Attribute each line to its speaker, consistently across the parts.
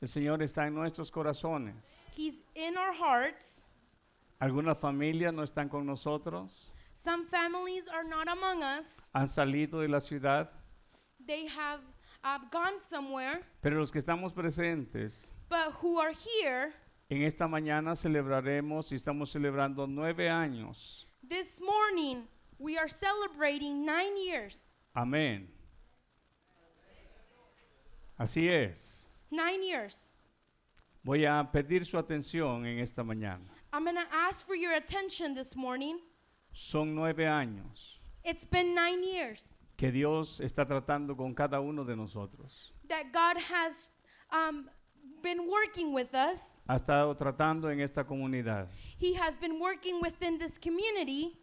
Speaker 1: El Señor está en nuestros corazones.
Speaker 2: He's in our hearts.
Speaker 1: Algunas familias no están con nosotros,
Speaker 2: Some families are not among us.
Speaker 1: han salido de la ciudad,
Speaker 2: They have uh, gone somewhere.
Speaker 1: pero los que estamos presentes,
Speaker 2: But who are here
Speaker 1: en esta mañana celebraremos y estamos celebrando nueve años.
Speaker 2: this morning, we are celebrating nine years.
Speaker 1: Amén. Así es.
Speaker 2: Nine years.
Speaker 1: Voy a pedir su atención en esta mañana.
Speaker 2: I'm going to ask for your attention this morning.
Speaker 1: Son nueve años
Speaker 2: It's been nine years
Speaker 1: que Dios está tratando con cada uno de nosotros.
Speaker 2: that God has um, been working with us.
Speaker 1: Ha estado tratando en esta comunidad.
Speaker 2: He has been working within this community.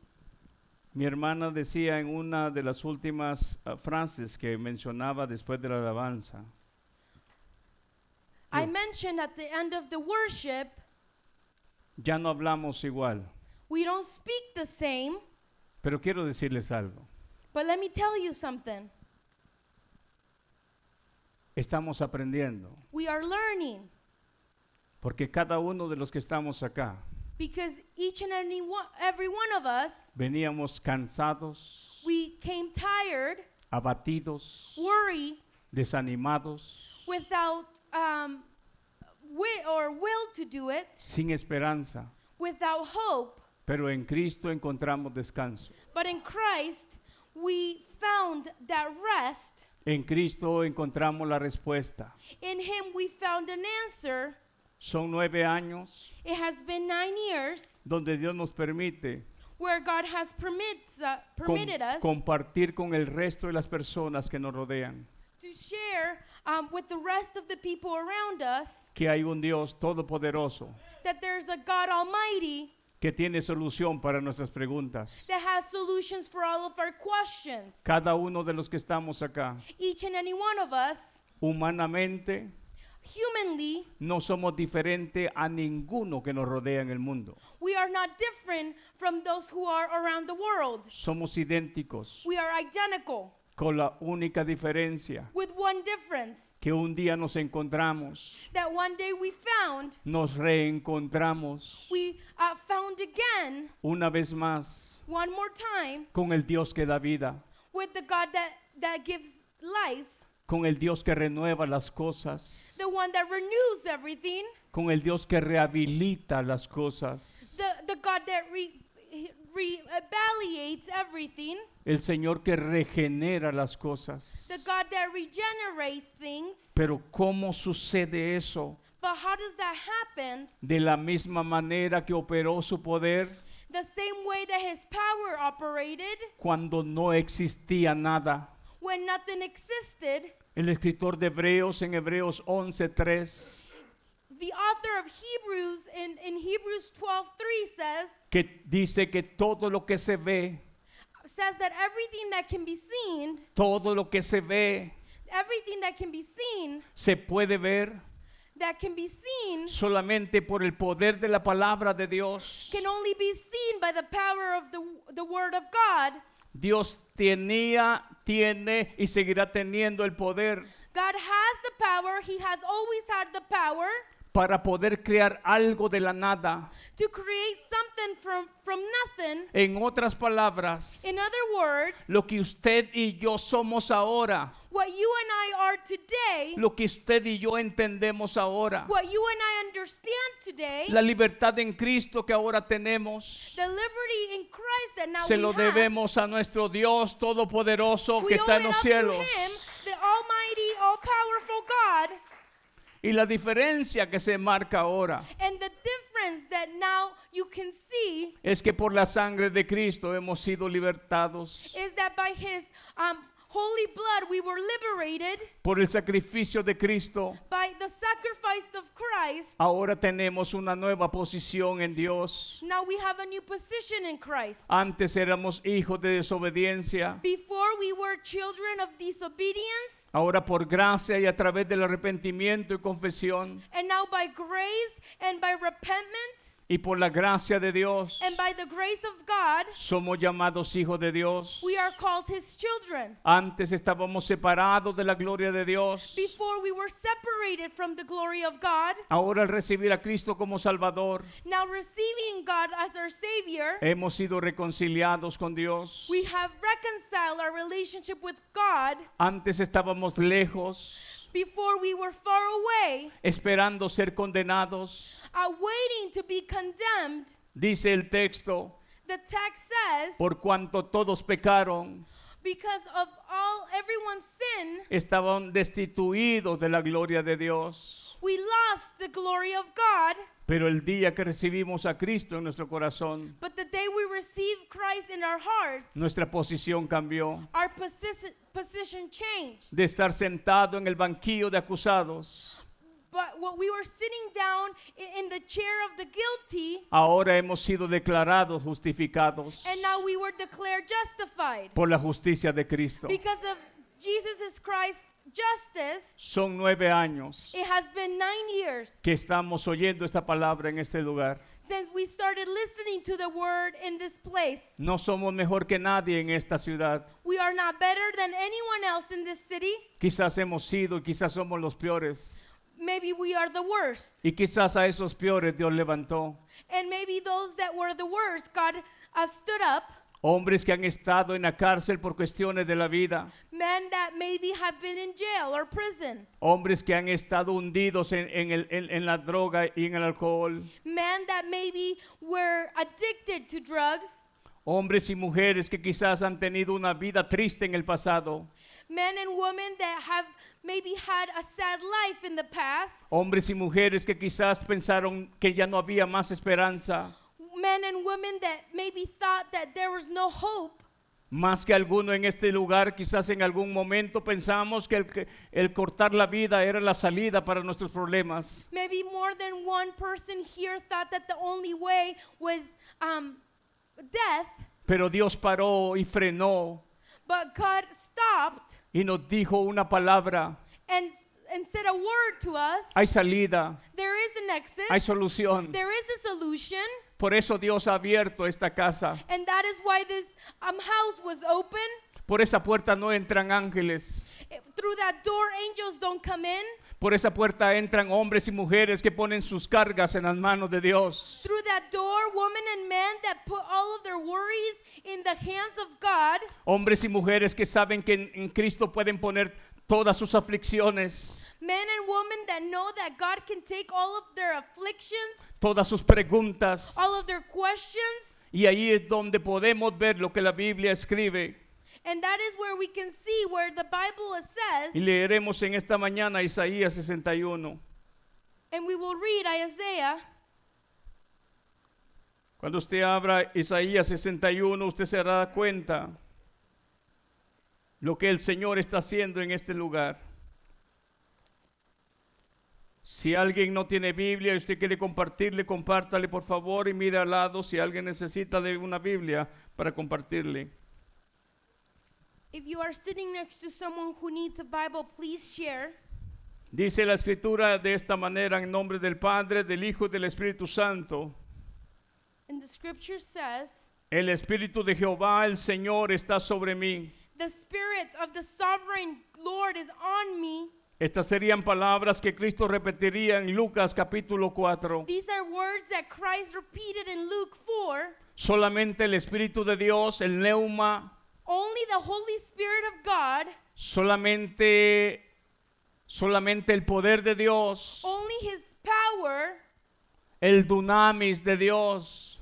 Speaker 1: Mi hermana decía en una de las últimas ah, frases que mencionaba después de la alabanza,
Speaker 2: I
Speaker 1: Yeah.
Speaker 2: mentioned at the end of the worship,
Speaker 1: ya no hablamos igual,
Speaker 2: we don't speak the same,
Speaker 1: pero quiero decirles algo.
Speaker 2: but let me tell you something.
Speaker 1: Estamos aprendiendo,
Speaker 2: We are learning
Speaker 1: porque cada uno de los que estamos acá
Speaker 2: because each and every one, every one of us,
Speaker 1: veníamos cansados,
Speaker 2: we came tired,
Speaker 1: abatidos,
Speaker 2: worried,
Speaker 1: desanimados,
Speaker 2: without um, wi- or will to do it,
Speaker 1: sin esperanza,
Speaker 2: without hope.
Speaker 1: pero en Cristo encontramos descanso.
Speaker 2: But in Christ, we found that rest.
Speaker 1: En Cristo encontramos la respuesta.
Speaker 2: In Him, we found an answer.
Speaker 1: Son nueve años
Speaker 2: It has been nine years
Speaker 1: donde Dios nos permite
Speaker 2: where God has permits, uh,
Speaker 1: com-
Speaker 2: permitted us
Speaker 1: compartir con el resto de las personas que nos rodean
Speaker 2: to share um, with the rest of the people around us
Speaker 1: que hay un Dios todopoderoso
Speaker 2: that there's a God Almighty
Speaker 1: que tiene solución para nuestras preguntas.
Speaker 2: that has solutions for all of our questions.
Speaker 1: Cada uno de los que estamos acá,
Speaker 2: Each and any one of us,
Speaker 1: humanamente,
Speaker 2: humanly,
Speaker 1: no somos diferente a ninguno que nos rodea en el mundo.
Speaker 2: we are not different from those who are around the world.
Speaker 1: Somos idénticos,
Speaker 2: We are identical
Speaker 1: con la única diferencia
Speaker 2: with one difference
Speaker 1: que un día nos encontramos,
Speaker 2: that one day we found,
Speaker 1: nos reencontramos
Speaker 2: we uh, found again,
Speaker 1: una vez más
Speaker 2: one more time,
Speaker 1: con el Dios que da vida,
Speaker 2: with the God that, that gives life,
Speaker 1: con el Dios que renueva las cosas,
Speaker 2: the one that renews everything,
Speaker 1: con el Dios que rehabilita las cosas,
Speaker 2: the, the God that re, rebelliates everything,
Speaker 1: el Señor que regenera las cosas.
Speaker 2: the God that regenerates things.
Speaker 1: Pero ¿cómo sucede eso?
Speaker 2: But how does that happen?
Speaker 1: De la misma manera que operó su poder
Speaker 2: The same way that his power operated
Speaker 1: cuando no existía nada.
Speaker 2: when nothing existed,
Speaker 1: El escritor de Hebreos en Hebreos 11:3
Speaker 2: the author of Hebrews in, in Hebrews 12:3 says,
Speaker 1: que dice que todo lo que se ve,
Speaker 2: says that everything that can be seen,
Speaker 1: todo lo que se ve,
Speaker 2: everything that can be seen,
Speaker 1: se puede ver
Speaker 2: that can be seen,
Speaker 1: solamente por el poder de la palabra de Dios.
Speaker 2: can only be seen by the power of the, the Word of God.
Speaker 1: Dios tenía, tiene y seguirá teniendo el poder
Speaker 2: God has the power, He has always had the power
Speaker 1: para poder crear algo de la nada.
Speaker 2: to create something from, from nothing.
Speaker 1: En otras palabras,
Speaker 2: In other words,
Speaker 1: lo que usted y yo somos ahora,
Speaker 2: what you and I are today,
Speaker 1: lo que usted y yo entendemos ahora,
Speaker 2: what you and I understand today,
Speaker 1: la libertad en Cristo que ahora tenemos,
Speaker 2: the liberty in Christ that now
Speaker 1: se
Speaker 2: we
Speaker 1: lo
Speaker 2: have,
Speaker 1: debemos a nuestro Dios Todopoderoso
Speaker 2: we
Speaker 1: que está en
Speaker 2: owe it
Speaker 1: los
Speaker 2: up
Speaker 1: cielos.
Speaker 2: to Him, the Almighty, All-powerful God,
Speaker 1: Y la diferencia que se marca ahora
Speaker 2: and the difference that now you can see
Speaker 1: es que por la sangre de Cristo hemos sido libertados.
Speaker 2: is that by His um, holy blood we were liberated
Speaker 1: Por el sacrificio de Cristo,
Speaker 2: by the sacrifice of Christ.
Speaker 1: ahora tenemos una nueva posición en Dios.
Speaker 2: Now we have a new position in Christ.
Speaker 1: Antes éramos hijos de desobediencia.
Speaker 2: Before we were children of disobedience,
Speaker 1: Ahora por gracia y a través del arrepentimiento y confesión
Speaker 2: and now by grace and by repentance,
Speaker 1: Y por la gracia de Dios
Speaker 2: And by the grace of God,
Speaker 1: somos llamados hijos de Dios.
Speaker 2: we are called his children.
Speaker 1: Antes estábamos separados de la gloria de Dios.
Speaker 2: Before we were separated from the glory of God,
Speaker 1: Ahora al recibir a Cristo como Salvador,
Speaker 2: now receiving God as our Savior,
Speaker 1: hemos sido reconciliados con Dios.
Speaker 2: we have reconciled our relationship with God.
Speaker 1: Antes estábamos lejos,
Speaker 2: Before we were far away,
Speaker 1: esperando ser condenados.
Speaker 2: uh, waiting to be condemned,
Speaker 1: Dice el texto,
Speaker 2: the text says,
Speaker 1: por cuanto todos pecaron,
Speaker 2: because of all everyone's sin,
Speaker 1: estaban destituidos de la gloria de Dios.
Speaker 2: we lost the glory of God.
Speaker 1: Pero el día que recibimos a Cristo en nuestro corazón,
Speaker 2: But the day we receive Christ in our hearts,
Speaker 1: nuestra posición cambió.
Speaker 2: our position, position changed.
Speaker 1: De estar sentado en el banquillo de acusados,
Speaker 2: But what we were sitting down i- in the chair of the guilty,
Speaker 1: ahora hemos sido declarados justificados
Speaker 2: and now we were declared justified
Speaker 1: por la justicia de Cristo.
Speaker 2: because of Jesus Christ's justice.
Speaker 1: Son nueve años
Speaker 2: It has been nine years
Speaker 1: que estamos oyendo esta palabra en este lugar.
Speaker 2: since we started listening to the word in this place.
Speaker 1: No somos mejor que nadie en esta ciudad.
Speaker 2: We are not better than anyone else in this city.
Speaker 1: Quizás hemos sido y quizás somos los peores.
Speaker 2: Maybe we are the worst.
Speaker 1: Y quizás a esos peores Dios levantó.
Speaker 2: And maybe those that were the worst, God uh, stood up.
Speaker 1: Hombres que han estado en la cárcel por cuestiones de la vida.
Speaker 2: Men that maybe have been in jail or prison.
Speaker 1: Hombres que han estado hundidos en, en el- en- en la droga y en el alcohol.
Speaker 2: Men that maybe were addicted to drugs.
Speaker 1: Hombres y mujeres que quizás han tenido una vida triste en el pasado.
Speaker 2: Men and women that have maybe had a sad life in the past.
Speaker 1: Hombres y mujeres que quizás pensaron que ya no había más esperanza.
Speaker 2: Men and women that maybe thought that there was no hope.
Speaker 1: Más que alguno en este lugar, quizás en algún momento pensamos que el, que- el cortar la vida era la salida para nuestros problemas.
Speaker 2: Maybe more than one person here thought that the only way was um, death,
Speaker 1: Pero Dios paró y frenó
Speaker 2: but God stopped
Speaker 1: y nos dijo una palabra.
Speaker 2: and, and said a word to us.
Speaker 1: Hay salida,
Speaker 2: There is an exit,
Speaker 1: hay solución.
Speaker 2: there is a solution,
Speaker 1: Por eso Dios ha abierto esta casa.
Speaker 2: and that is why this um, house was open.
Speaker 1: Por esa puerta no entran ángeles.
Speaker 2: Eh, Through that door, angels don't come in.
Speaker 1: Por esa puerta entran hombres y mujeres que ponen sus cargas en las manos de Dios.
Speaker 2: Through that door, women and men that put all of their worries in the hands of God.
Speaker 1: Hombres y mujeres que saben que en, en Cristo pueden poner todas sus aflicciones,
Speaker 2: Men and women that know that God can take all of their afflictions,
Speaker 1: todas sus preguntas.
Speaker 2: all of their questions,
Speaker 1: Y ahí es donde podemos ver lo que la Biblia escribe.
Speaker 2: And that is where we can see where the Bible
Speaker 1: Y
Speaker 2: says,
Speaker 1: leeremos en esta mañana Isaías 61.
Speaker 2: and we will read Isaiah.
Speaker 1: Cuando usted abra Isaías 61, usted se dará cuenta lo que el Señor está haciendo en este lugar. Si alguien no tiene Biblia y usted quiere compartirle, compártale por favor y mire al lado si alguien necesita de una Biblia para compartirle.
Speaker 2: If you are sitting next to someone who needs a Bible, please share.
Speaker 1: Dice la escritura de esta manera en nombre del Padre, del Hijo y del Espíritu Santo.
Speaker 2: And the scripture says,
Speaker 1: El Espíritu de Jehová, el Señor, está sobre mí.
Speaker 2: The Spirit of the sovereign Lord is on me.
Speaker 1: Estas serían palabras que Cristo repetiría en Lucas capítulo 4.
Speaker 2: These are words that Christ repeated in Luke 4.
Speaker 1: Solamente el Espíritu de Dios, el neuma,
Speaker 2: Only the Holy Spirit of God,
Speaker 1: solamente, solamente el poder de Dios,
Speaker 2: only His power,
Speaker 1: el dunamis de Dios,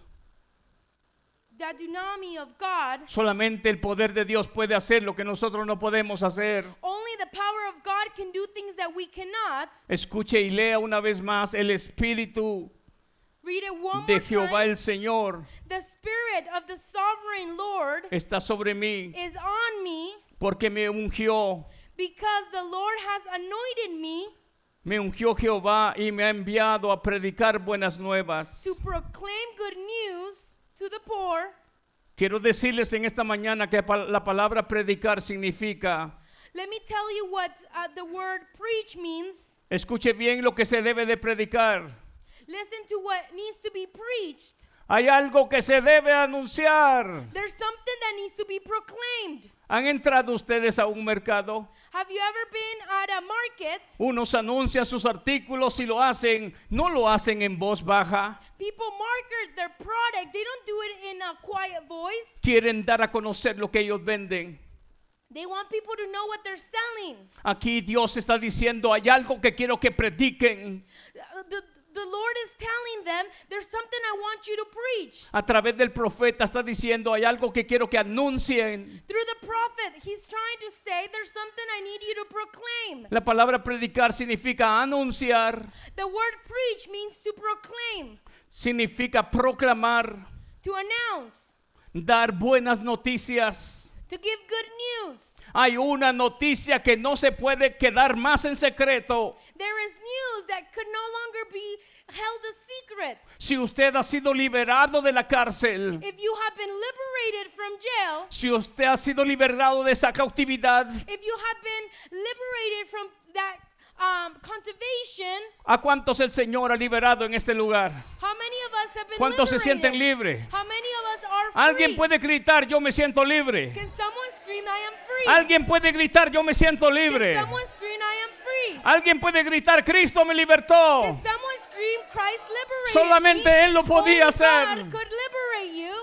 Speaker 2: the dunami of God,
Speaker 1: solamente el poder de Dios puede hacer lo que nosotros no podemos hacer.
Speaker 2: only the power of God can do things that we cannot.
Speaker 1: Escuche y lea una vez más el Espíritu
Speaker 2: Read it one
Speaker 1: de
Speaker 2: more
Speaker 1: Jehová
Speaker 2: time.
Speaker 1: el Señor
Speaker 2: The Spirit of the sovereign Lord
Speaker 1: está sobre mí
Speaker 2: is on me
Speaker 1: porque me ungió
Speaker 2: because the Lord has anointed me
Speaker 1: Me ungió Jehová y me ha enviado a predicar buenas nuevas.
Speaker 2: to proclaim good news to the poor.
Speaker 1: Quiero decirles en esta mañana que pa- la palabra predicar significa,
Speaker 2: Let me tell you what uh, the word preach means.
Speaker 1: escuche bien lo que se debe de predicar.
Speaker 2: Listen to what needs to be preached.
Speaker 1: Hay algo que se debe anunciar.
Speaker 2: There's something that needs to be proclaimed.
Speaker 1: ¿Han entrado ustedes a un mercado?
Speaker 2: Have you ever been at a market?
Speaker 1: Unos anuncian sus artículos y lo hacen, no lo hacen en voz baja.
Speaker 2: People market their product. They don't do it in a quiet voice.
Speaker 1: Quieren dar a conocer lo que ellos venden.
Speaker 2: They want people to know what they're selling.
Speaker 1: Aquí Dios está diciendo, hay algo que quiero que prediquen
Speaker 2: Uh, The, the Lord is telling them, there's something I want you to preach.
Speaker 1: a través del profeta. Está diciendo, hay algo que quiero que anuncien.
Speaker 2: Through the prophet, he's trying to say, there's something I need you to proclaim.
Speaker 1: La palabra predicar significa anunciar,
Speaker 2: The word preach means to proclaim,
Speaker 1: significa proclamar,
Speaker 2: to announce,
Speaker 1: dar buenas noticias.
Speaker 2: to give good news.
Speaker 1: Hay una noticia que no se puede quedar más en secreto.
Speaker 2: There is news that could no longer be held a secret.
Speaker 1: Si usted ha sido liberado de la cárcel,
Speaker 2: If you have been liberated from jail,
Speaker 1: si usted ha sido liberado de esa cautividad,
Speaker 2: if you have been liberated from that um, cultivation,
Speaker 1: ¿a cuántos el Señor ha liberado en este lugar?
Speaker 2: how many of us have been
Speaker 1: ¿Cuántos se sienten
Speaker 2: liberated?
Speaker 1: libres?
Speaker 2: How many of us are free?
Speaker 1: Alguien puede gritar, yo me siento libre.
Speaker 2: Can someone scream, I am free?
Speaker 1: Alguien puede gritar, yo me siento
Speaker 2: Can
Speaker 1: libre. Ah.
Speaker 2: someone scream, I am free?
Speaker 1: Alguien puede gritar, Cristo me libertó.
Speaker 2: Can someone scream, Christ liberated
Speaker 1: Solamente
Speaker 2: me"?
Speaker 1: Él lo podía
Speaker 2: Only God
Speaker 1: hacer.
Speaker 2: could liberate you.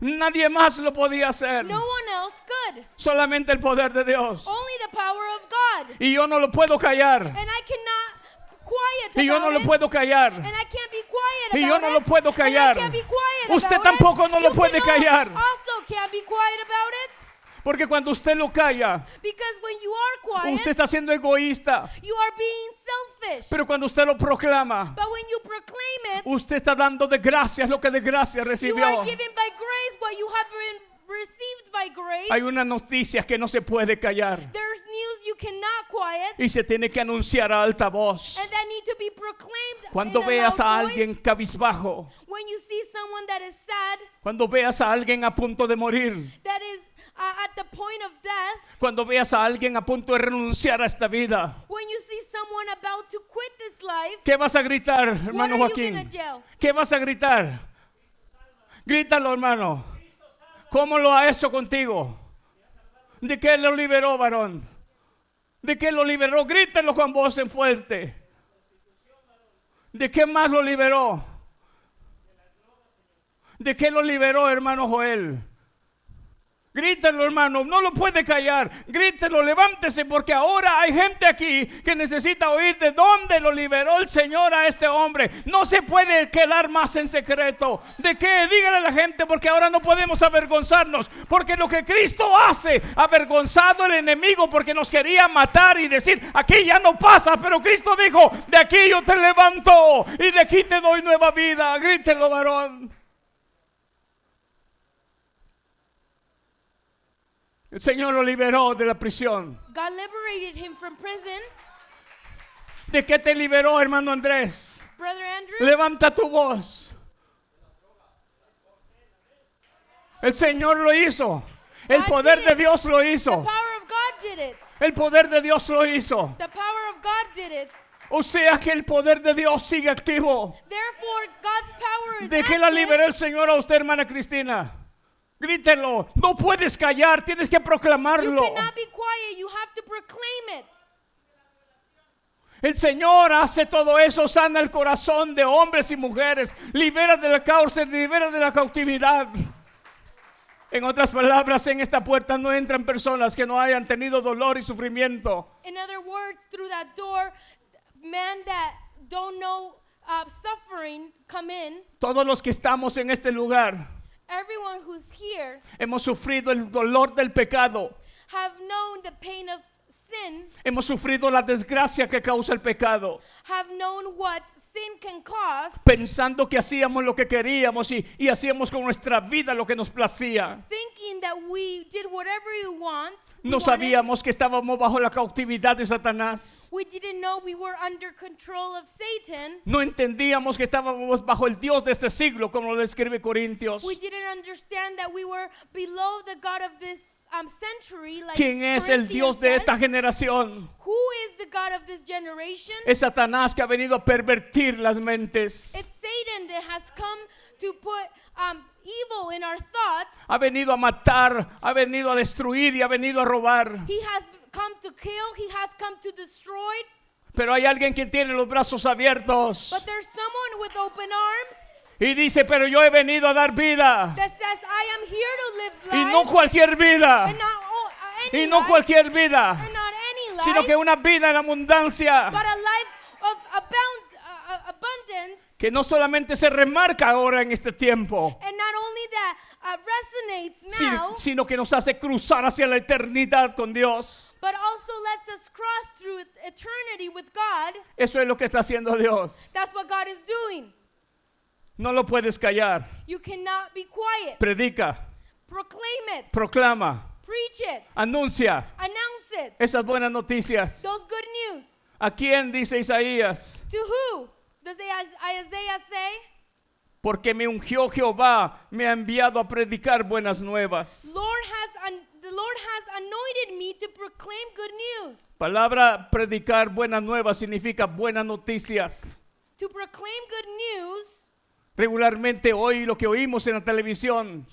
Speaker 1: Nadie más lo podía hacer.
Speaker 2: No one else could.
Speaker 1: Solamente el poder de Dios.
Speaker 2: Only the power of God.
Speaker 1: Y yo no lo puedo callar.
Speaker 2: And I cannot quiet
Speaker 1: Y yo no
Speaker 2: about
Speaker 1: lo
Speaker 2: it.
Speaker 1: puedo callar.
Speaker 2: And I can't be quiet
Speaker 1: Y
Speaker 2: about
Speaker 1: yo no
Speaker 2: it.
Speaker 1: lo puedo
Speaker 2: And I
Speaker 1: callar.
Speaker 2: can't be quiet
Speaker 1: Usted
Speaker 2: about it.
Speaker 1: tampoco no lo
Speaker 2: You
Speaker 1: puede
Speaker 2: can
Speaker 1: callar.
Speaker 2: Also can't be quiet about it.
Speaker 1: Porque cuando usted lo calla,
Speaker 2: Because when you are quiet,
Speaker 1: usted está siendo egoísta.
Speaker 2: you are being selfish.
Speaker 1: Pero cuando usted lo proclama,
Speaker 2: but when you proclaim it,
Speaker 1: usted está dando de gracias lo que de gracias
Speaker 2: you
Speaker 1: recibió.
Speaker 2: are given by grace what you have been received by grace.
Speaker 1: Hay unas noticias que no se puede callar
Speaker 2: There's news you cannot quiet
Speaker 1: y se tiene que anunciar a alta voz.
Speaker 2: and that need to be proclaimed.
Speaker 1: Cuando
Speaker 2: in
Speaker 1: veas
Speaker 2: loud
Speaker 1: a
Speaker 2: voice.
Speaker 1: alguien cabizbajo,
Speaker 2: when you see someone that is sad,
Speaker 1: cuando veas a alguien a punto de morir,
Speaker 2: that is uh, at the point of death,
Speaker 1: cuando veas a alguien a punto de renunciar a esta vida,
Speaker 2: when you see someone about to quit this life,
Speaker 1: ¿qué vas a gritar, hermano
Speaker 2: what are you gonna
Speaker 1: Joaquín?
Speaker 2: do?
Speaker 1: ¿Qué vas a gritar? Grítalo, hermano. ¿Cómo lo ha hecho contigo? ¿De qué lo liberó, varón? ¿De qué lo liberó? Grítalo con voz en fuerte. ¿De qué más lo liberó? ¿De qué lo liberó, hermano Joel? Grítalo, hermano, no lo puede callar. Grítelo, levántese, porque ahora hay gente aquí que necesita oír de dónde lo liberó el Señor a este hombre. No se puede quedar más en secreto. ¿De qué? Dígale a la gente, porque ahora no podemos avergonzarnos. Porque lo que Cristo hace, avergonzado el enemigo, porque nos quería matar y decir, aquí ya no pasa. Pero Cristo dijo, de aquí yo te levanto y de aquí te doy nueva vida. Grítelo, varón. El Señor lo liberó de la prisión.
Speaker 2: God liberated him from prison.
Speaker 1: ¿De qué te liberó, hermano Andrés?
Speaker 2: Brother Andrew,
Speaker 1: Levanta tu voz. El Señor lo hizo. El
Speaker 2: God
Speaker 1: poder
Speaker 2: did
Speaker 1: de
Speaker 2: it.
Speaker 1: Dios lo
Speaker 2: the
Speaker 1: hizo.
Speaker 2: power of God did it.
Speaker 1: El poder de Dios lo hizo.
Speaker 2: The power of God did it.
Speaker 1: O sea que el poder de Dios sigue activo.
Speaker 2: Therefore, God's power is
Speaker 1: ¿De qué la
Speaker 2: active.
Speaker 1: liberó el Señor a usted, hermana Cristina? Grítelo. No puedes callar, tienes que
Speaker 2: You
Speaker 1: proclamarlo.
Speaker 2: cannot be quiet. You have to proclaim it.
Speaker 1: El Señor hace todo eso, sana el corazón de hombres y mujeres, libera de la cárcel, libera de la cautividad. En otras palabras, en esta puerta no entran personas que no hayan tenido dolor y sufrimiento.
Speaker 2: In other words, through that door, men that don't know uh, suffering come in.
Speaker 1: Todos los que estamos en este lugar
Speaker 2: Everyone who's here
Speaker 1: hemos sufrido el dolor del pecado,
Speaker 2: have known the pain of sin,
Speaker 1: hemos sufrido la desgracia que causa el pecado,
Speaker 2: have known what sin can cause,
Speaker 1: pensando que hacíamos lo que queríamos y, y hacíamos con nuestra vida lo que nos placía.
Speaker 2: thinking that we did whatever we want. we
Speaker 1: No
Speaker 2: wanted.
Speaker 1: sabíamos que estábamos bajo la cautividad de Satanás.
Speaker 2: We didn't know we were under control of Satan.
Speaker 1: No entendíamos que estábamos bajo el Dios de este siglo, como lo describe Corintios.
Speaker 2: We didn't understand that we were below the God of this um, century, like
Speaker 1: ¿Quién es el Dios de
Speaker 2: Corinthians
Speaker 1: esta
Speaker 2: says,
Speaker 1: generación?
Speaker 2: who is the God of this generation?
Speaker 1: Es Satanás que ha venido a pervertir las mentes.
Speaker 2: It's Satan that has come to put um, evil in our thoughts.
Speaker 1: Ha venido a matar, ha venido a destruir y ha venido a robar.
Speaker 2: He has come to kill. He has come to destroy.
Speaker 1: Pero hay alguien que tiene los brazos abiertos
Speaker 2: But there's someone with open arms
Speaker 1: y dice, pero yo he venido a dar vida.
Speaker 2: that says, "I am here to live
Speaker 1: Y
Speaker 2: life,
Speaker 1: no cualquier vida.
Speaker 2: and not all, uh, any
Speaker 1: Y no
Speaker 2: life,
Speaker 1: cualquier vida.
Speaker 2: and not any life,
Speaker 1: Sino que una vida en abundancia.
Speaker 2: but a life of abound, uh, uh, abundance."
Speaker 1: Que no solamente se remarca ahora en este tiempo.
Speaker 2: And not only that uh, resonates
Speaker 1: si-
Speaker 2: now,
Speaker 1: sino que nos hace cruzar hacia la eternidad con Dios.
Speaker 2: but also lets us cross through et- eternity with God.
Speaker 1: Eso es lo que está haciendo Dios.
Speaker 2: That's what God is doing.
Speaker 1: No lo puedes callar.
Speaker 2: You cannot be quiet.
Speaker 1: Predica,
Speaker 2: Proclaim it.
Speaker 1: proclama,
Speaker 2: Preach it.
Speaker 1: anuncia
Speaker 2: Announce it.
Speaker 1: esas buenas noticias.
Speaker 2: Those good news.
Speaker 1: ¿A quién dice Isaías?
Speaker 2: To who does Isa- Isaiah say?
Speaker 1: Porque me ungió Jehová, me ha enviado a predicar buenas nuevas.
Speaker 2: Lord has an- the Lord has anointed me to proclaim good news.
Speaker 1: Palabra predicar buenas nuevas significa buenas noticias.
Speaker 2: To proclaim good news.
Speaker 1: Regularmente hoy lo que oímos en la televisión,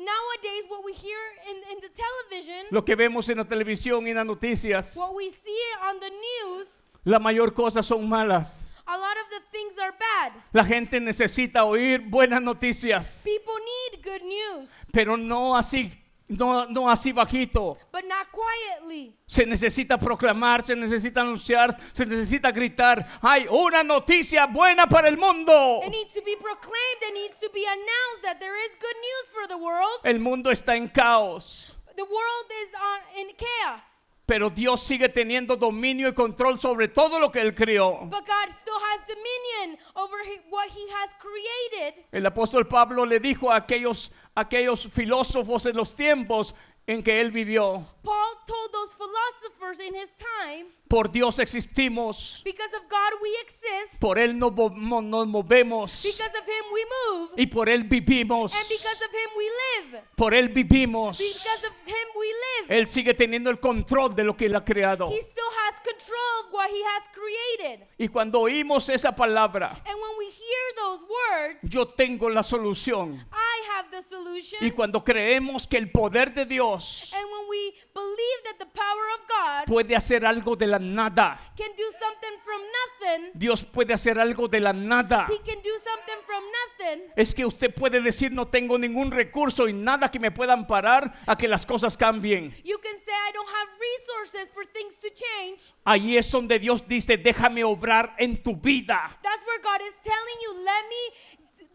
Speaker 2: Nowadays, what we hear in, in the television,
Speaker 1: lo que vemos en la televisión y en las noticias,
Speaker 2: what we see on the news,
Speaker 1: la mayor cosa son malas.
Speaker 2: A lot of the things are bad.
Speaker 1: La gente necesita oír buenas noticias,
Speaker 2: People need good news,
Speaker 1: pero no así, no, no así bajito.
Speaker 2: but not quietly.
Speaker 1: Se necesita proclamar, se necesita anunciar, se necesita gritar. Hay una noticia buena para el mundo.
Speaker 2: It needs to be proclaimed, it needs to be announced that there is good news for the world.
Speaker 1: El mundo está en caos,
Speaker 2: The world is on, in chaos,
Speaker 1: pero Dios sigue teniendo dominio y control sobre todo lo que Él creó.
Speaker 2: but God still has dominion over he- what He has created.
Speaker 1: El apóstol Pablo le dijo a aquellos, aquellos filósofos en los tiempos en que Él vivió,
Speaker 2: Paul told those philosophers in his time,
Speaker 1: por Dios existimos,
Speaker 2: because of God we exist,
Speaker 1: por Él nos, mo- nos movemos.
Speaker 2: because of Him we move,
Speaker 1: Y por Él vivimos.
Speaker 2: and because of Him we live.
Speaker 1: Por Él vivimos.
Speaker 2: Because of Him we live.
Speaker 1: Él sigue teniendo el control de lo que Él ha creado.
Speaker 2: He still has control of what He has created.
Speaker 1: Y cuando oímos esa palabra,
Speaker 2: And when we hear those words,
Speaker 1: yo tengo la solución.
Speaker 2: I have the solution.
Speaker 1: Y cuando creemos que el poder de Dios
Speaker 2: And when we believe that the power of God
Speaker 1: puede hacer algo de la nada,
Speaker 2: can do something from nothing,
Speaker 1: Dios puede hacer algo de la nada.
Speaker 2: He can do something from nothing.
Speaker 1: Es que usted puede decir no tengo ningún recurso y nada que me puedan parar a que las cosas cambien.
Speaker 2: You can say, I don't have resources for things to change.
Speaker 1: Ahí es donde Dios dice, déjame obrar en tu vida
Speaker 2: That's where God is telling you, let me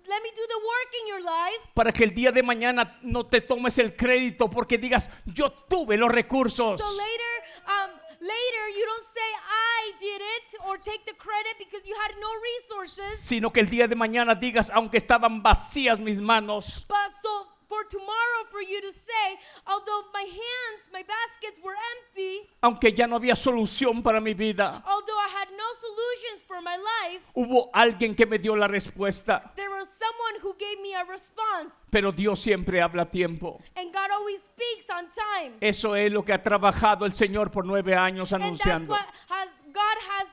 Speaker 2: let me do the work in your life
Speaker 1: para que el día de mañana no te tomes el crédito porque digas, yo tuve los recursos.
Speaker 2: so later um later you don't say i did it or take the credit because you had no resources
Speaker 1: Sino que el día de mañana digas, aunque estaban vacías mis manos,
Speaker 2: But so for tomorrow, for you to say, although my hands, my baskets were empty,
Speaker 1: aunque ya no había solución para mi vida,
Speaker 2: although I had no solutions for my life,
Speaker 1: hubo alguien que me dio la respuesta.
Speaker 2: there was someone who gave me a response.
Speaker 1: Pero Dios siempre habla a tiempo.
Speaker 2: And God always speaks on time.
Speaker 1: Eso es lo que ha trabajado el Señor por nueve años
Speaker 2: And that's
Speaker 1: anunciando.
Speaker 2: what has, God has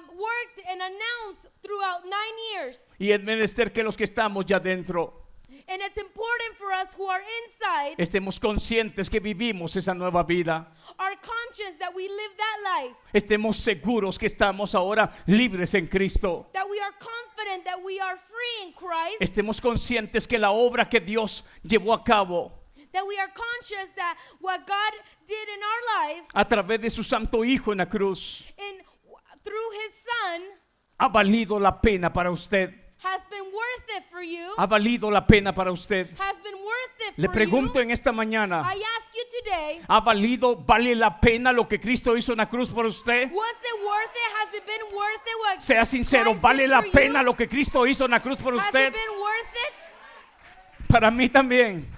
Speaker 2: um, worked and announced throughout nine years.
Speaker 1: Y es menester que los que estamos ya dentro
Speaker 2: And it's important for us who are inside
Speaker 1: estemos conscientes que vivimos esa nueva vida.
Speaker 2: our conscience that we live that life,
Speaker 1: Estemos seguros que estamos ahora libres en Cristo.
Speaker 2: that we are confident that we are free in Christ.
Speaker 1: Estemos conscientes que la obra que Dios llevó a cabo
Speaker 2: That we are conscious that what God did in our lives
Speaker 1: a través de su Santo Hijo en la cruz
Speaker 2: and w- through his son
Speaker 1: ha valido la pena para usted.
Speaker 2: has been worth it for you.
Speaker 1: Ha valido la pena para usted.
Speaker 2: Has been worth it
Speaker 1: Le
Speaker 2: for
Speaker 1: pregunto
Speaker 2: you.
Speaker 1: en esta mañana,
Speaker 2: I ask you today,
Speaker 1: ¿ha valido, vale la pena lo que Cristo hizo en la cruz por usted?
Speaker 2: was it worth it? Has it been worth it? What
Speaker 1: Sea sincero,
Speaker 2: Christ
Speaker 1: ¿vale
Speaker 2: did
Speaker 1: la
Speaker 2: for
Speaker 1: pena
Speaker 2: you?
Speaker 1: lo que Cristo hizo en la cruz por
Speaker 2: Has
Speaker 1: usted?
Speaker 2: it been worth it?
Speaker 1: Para mí también,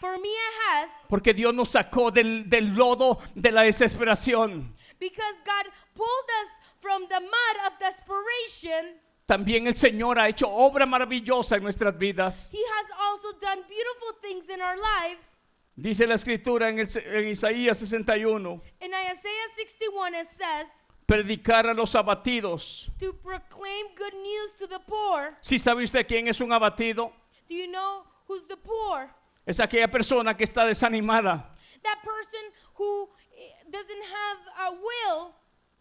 Speaker 2: For me it has,
Speaker 1: porque Dios nos sacó del, del lodo de la desesperación.
Speaker 2: because God pulled us from the mud of desperation.
Speaker 1: También el Señor ha hecho obra maravillosa en nuestras vidas.
Speaker 2: He has also done beautiful things in our lives.
Speaker 1: Dice la escritura en, el- en Isaías 61,
Speaker 2: In Isaiah 61, it says,
Speaker 1: predicar a los abatidos.
Speaker 2: to proclaim good news to the poor.
Speaker 1: Si sabe usted quién es un abatido,
Speaker 2: Do you know who's the poor?
Speaker 1: es aquella persona que está desanimada.
Speaker 2: That person who eh, doesn't have a will.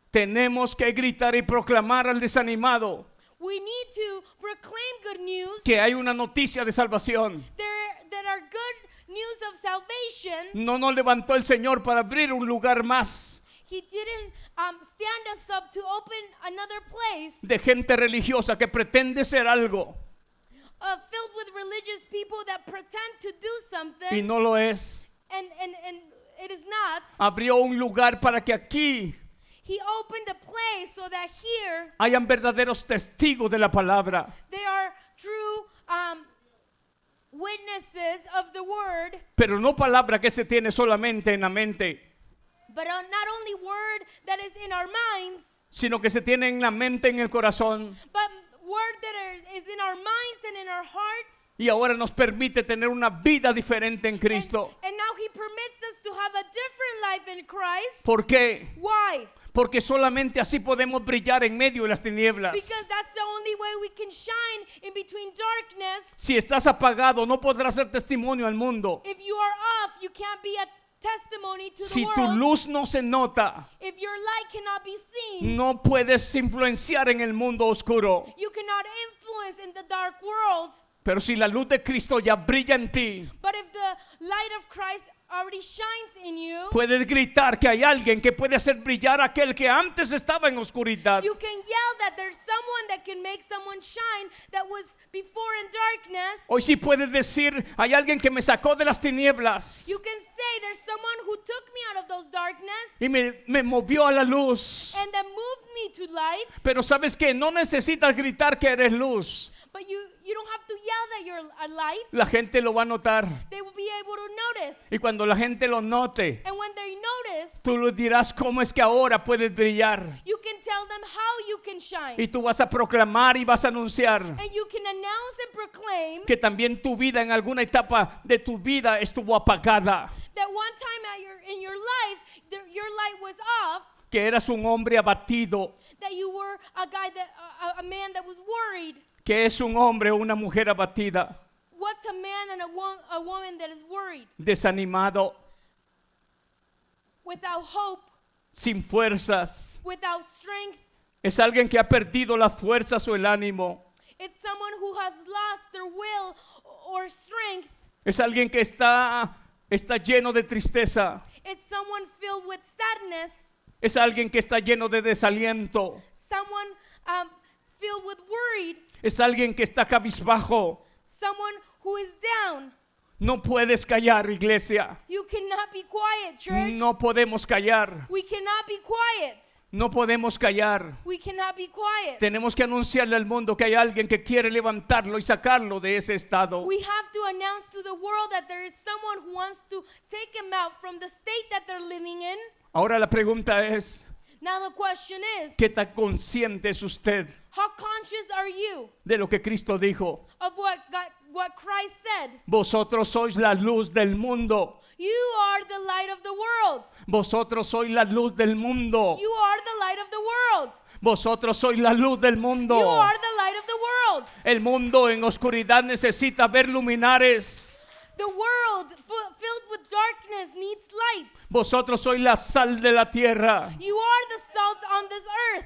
Speaker 1: Tenemos que gritar y proclamar al desanimado
Speaker 2: We need to proclaim good news.
Speaker 1: que hay una noticia de salvación.
Speaker 2: There, that are good news of salvation.
Speaker 1: No nos levantó el Señor para abrir un lugar más
Speaker 2: He didn't um, stand us up to open another place
Speaker 1: de gente religiosa que pretende ser algo
Speaker 2: uh, filled with religious people that pretend to do
Speaker 1: y
Speaker 2: something
Speaker 1: no lo es.
Speaker 2: and, and, and it is not.
Speaker 1: Abrió un lugar para que aquí
Speaker 2: He opened a place so that here
Speaker 1: hayan verdaderos testigos de la palabra.
Speaker 2: they are true um, witnesses of the word,
Speaker 1: Pero no palabra que se tiene solamente en la mente,
Speaker 2: but uh, not only word that is in our minds,
Speaker 1: sino que se tiene en la mente, en el corazón.
Speaker 2: but word that are- is in our minds and in our hearts.
Speaker 1: Y ahora nos permite tener una vida diferente en
Speaker 2: And,
Speaker 1: Cristo.
Speaker 2: and now he permits us to have a different life in Christ.
Speaker 1: ¿Por qué?
Speaker 2: Why?
Speaker 1: Porque solamente así podemos brillar en medio de las tinieblas.
Speaker 2: Because that's the only way we can shine in between darkness.
Speaker 1: Si estás apagado, no podrás ser testimonio al mundo.
Speaker 2: If you are off, you can't be a testimony to
Speaker 1: Si
Speaker 2: the
Speaker 1: tu
Speaker 2: world.
Speaker 1: luz no se nota,
Speaker 2: if your light cannot be seen,
Speaker 1: no puedes influenciar en el mundo oscuro.
Speaker 2: you cannot influence in the dark world.
Speaker 1: Pero si la luz de Cristo ya brilla en ti,
Speaker 2: But if the light of Christ already shines in you,
Speaker 1: puedes gritar que hay alguien que puede hacer brillar aquel que antes estaba en oscuridad.
Speaker 2: you can yell that there's someone that can make someone shine that was before in darkness.
Speaker 1: Hoy sí puedes decir, hay alguien que me sacó de las tinieblas
Speaker 2: You can say there's someone who took me out of those darkness
Speaker 1: y me, me movió a la luz.
Speaker 2: and that moved me to light.
Speaker 1: Pero sabes que no necesitas gritar que eres luz.
Speaker 2: But you you don't have to yell that you're a light.
Speaker 1: La gente lo va a notar.
Speaker 2: They will be able to notice.
Speaker 1: Y cuando la gente lo note,
Speaker 2: And when they notice,
Speaker 1: tú les dirás cómo es que ahora puedes brillar.
Speaker 2: you can tell them how you can shine.
Speaker 1: Y tú vas a proclamar y vas a anunciar
Speaker 2: and you can announce and proclaim
Speaker 1: que también tu vida en alguna etapa de tu vida estuvo apagada.
Speaker 2: that one time at your, in your life, there, your light was off,
Speaker 1: que eras un hombre abatido,
Speaker 2: that you were a guy that a, a- a man that was worried.
Speaker 1: que es un hombre o una mujer abatida,
Speaker 2: What's a man and a, wo- a woman that is worried,
Speaker 1: desanimado,
Speaker 2: without hope,
Speaker 1: sin fuerzas.
Speaker 2: without strength?
Speaker 1: Es alguien que ha perdido las fuerzas o el ánimo.
Speaker 2: It's someone who has lost their will or strength.
Speaker 1: Es alguien que está, está lleno de tristeza.
Speaker 2: It's someone filled with sadness,
Speaker 1: Es alguien que está lleno de desaliento.
Speaker 2: someone um, filled with worried,
Speaker 1: Es alguien que está cabizbajo.
Speaker 2: someone who is down.
Speaker 1: No puedes callar, iglesia.
Speaker 2: You cannot be quiet, church.
Speaker 1: No podemos callar.
Speaker 2: We cannot be quiet.
Speaker 1: No podemos callar.
Speaker 2: We cannot be quiet.
Speaker 1: Tenemos que anunciarle al mundo que hay alguien que quiere levantarlo y sacarlo de ese estado.
Speaker 2: we have to announce to the world that there is someone who wants to take them out from the state that they're living in.
Speaker 1: Ahora la pregunta es,
Speaker 2: Now the question is,
Speaker 1: ¿qué tan consciente es usted
Speaker 2: how conscious are you
Speaker 1: de lo que Cristo dijo?
Speaker 2: of what God, what Christ said?
Speaker 1: Vosotros sois la luz del mundo.
Speaker 2: You are the light of the world.
Speaker 1: Vosotros sois la luz del mundo.
Speaker 2: You are the light of the world.
Speaker 1: Vosotros sois la luz del mundo.
Speaker 2: You are the light of the world.
Speaker 1: El mundo en oscuridad necesita ver luminares.
Speaker 2: The world fu- filled with darkness needs light.
Speaker 1: Vosotros sois la sal de la tierra.
Speaker 2: You are the salt on this earth.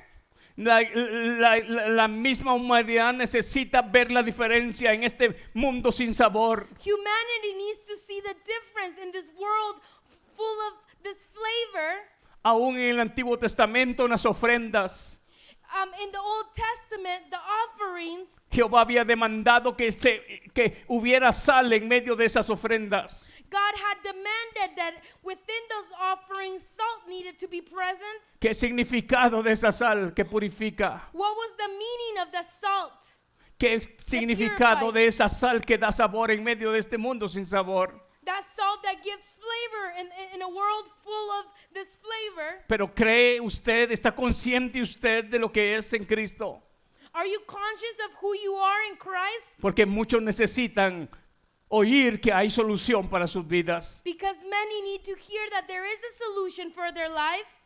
Speaker 1: La, la- la- la misma humanidad necesita ver la diferencia en este mundo sin sabor.
Speaker 2: Humanity needs to see the difference in this world f- full of this flavor.
Speaker 1: Aún en el Antiguo Testamento, en las ofrendas,
Speaker 2: Um, in the Old Testament, the offerings,
Speaker 1: Jehová había demandado que, se, que hubiera sal en medio de esas ofrendas.
Speaker 2: God had demanded that within those offerings, salt needed to be present.
Speaker 1: ¿Qué significado de esa sal que purifica?
Speaker 2: What was the meaning of the salt?
Speaker 1: ¿Qué significado de esa sal que da sabor en medio de este mundo sin sabor?
Speaker 2: That salt that gives flavor in, in- in a world full of this flavor.
Speaker 1: Pero cree usted, está consciente usted de lo que es en Cristo.
Speaker 2: Are you conscious of who you are in Christ?
Speaker 1: Porque muchos necesitan oír que hay solución para sus vidas.
Speaker 2: because many need to hear that there is a solution for their lives.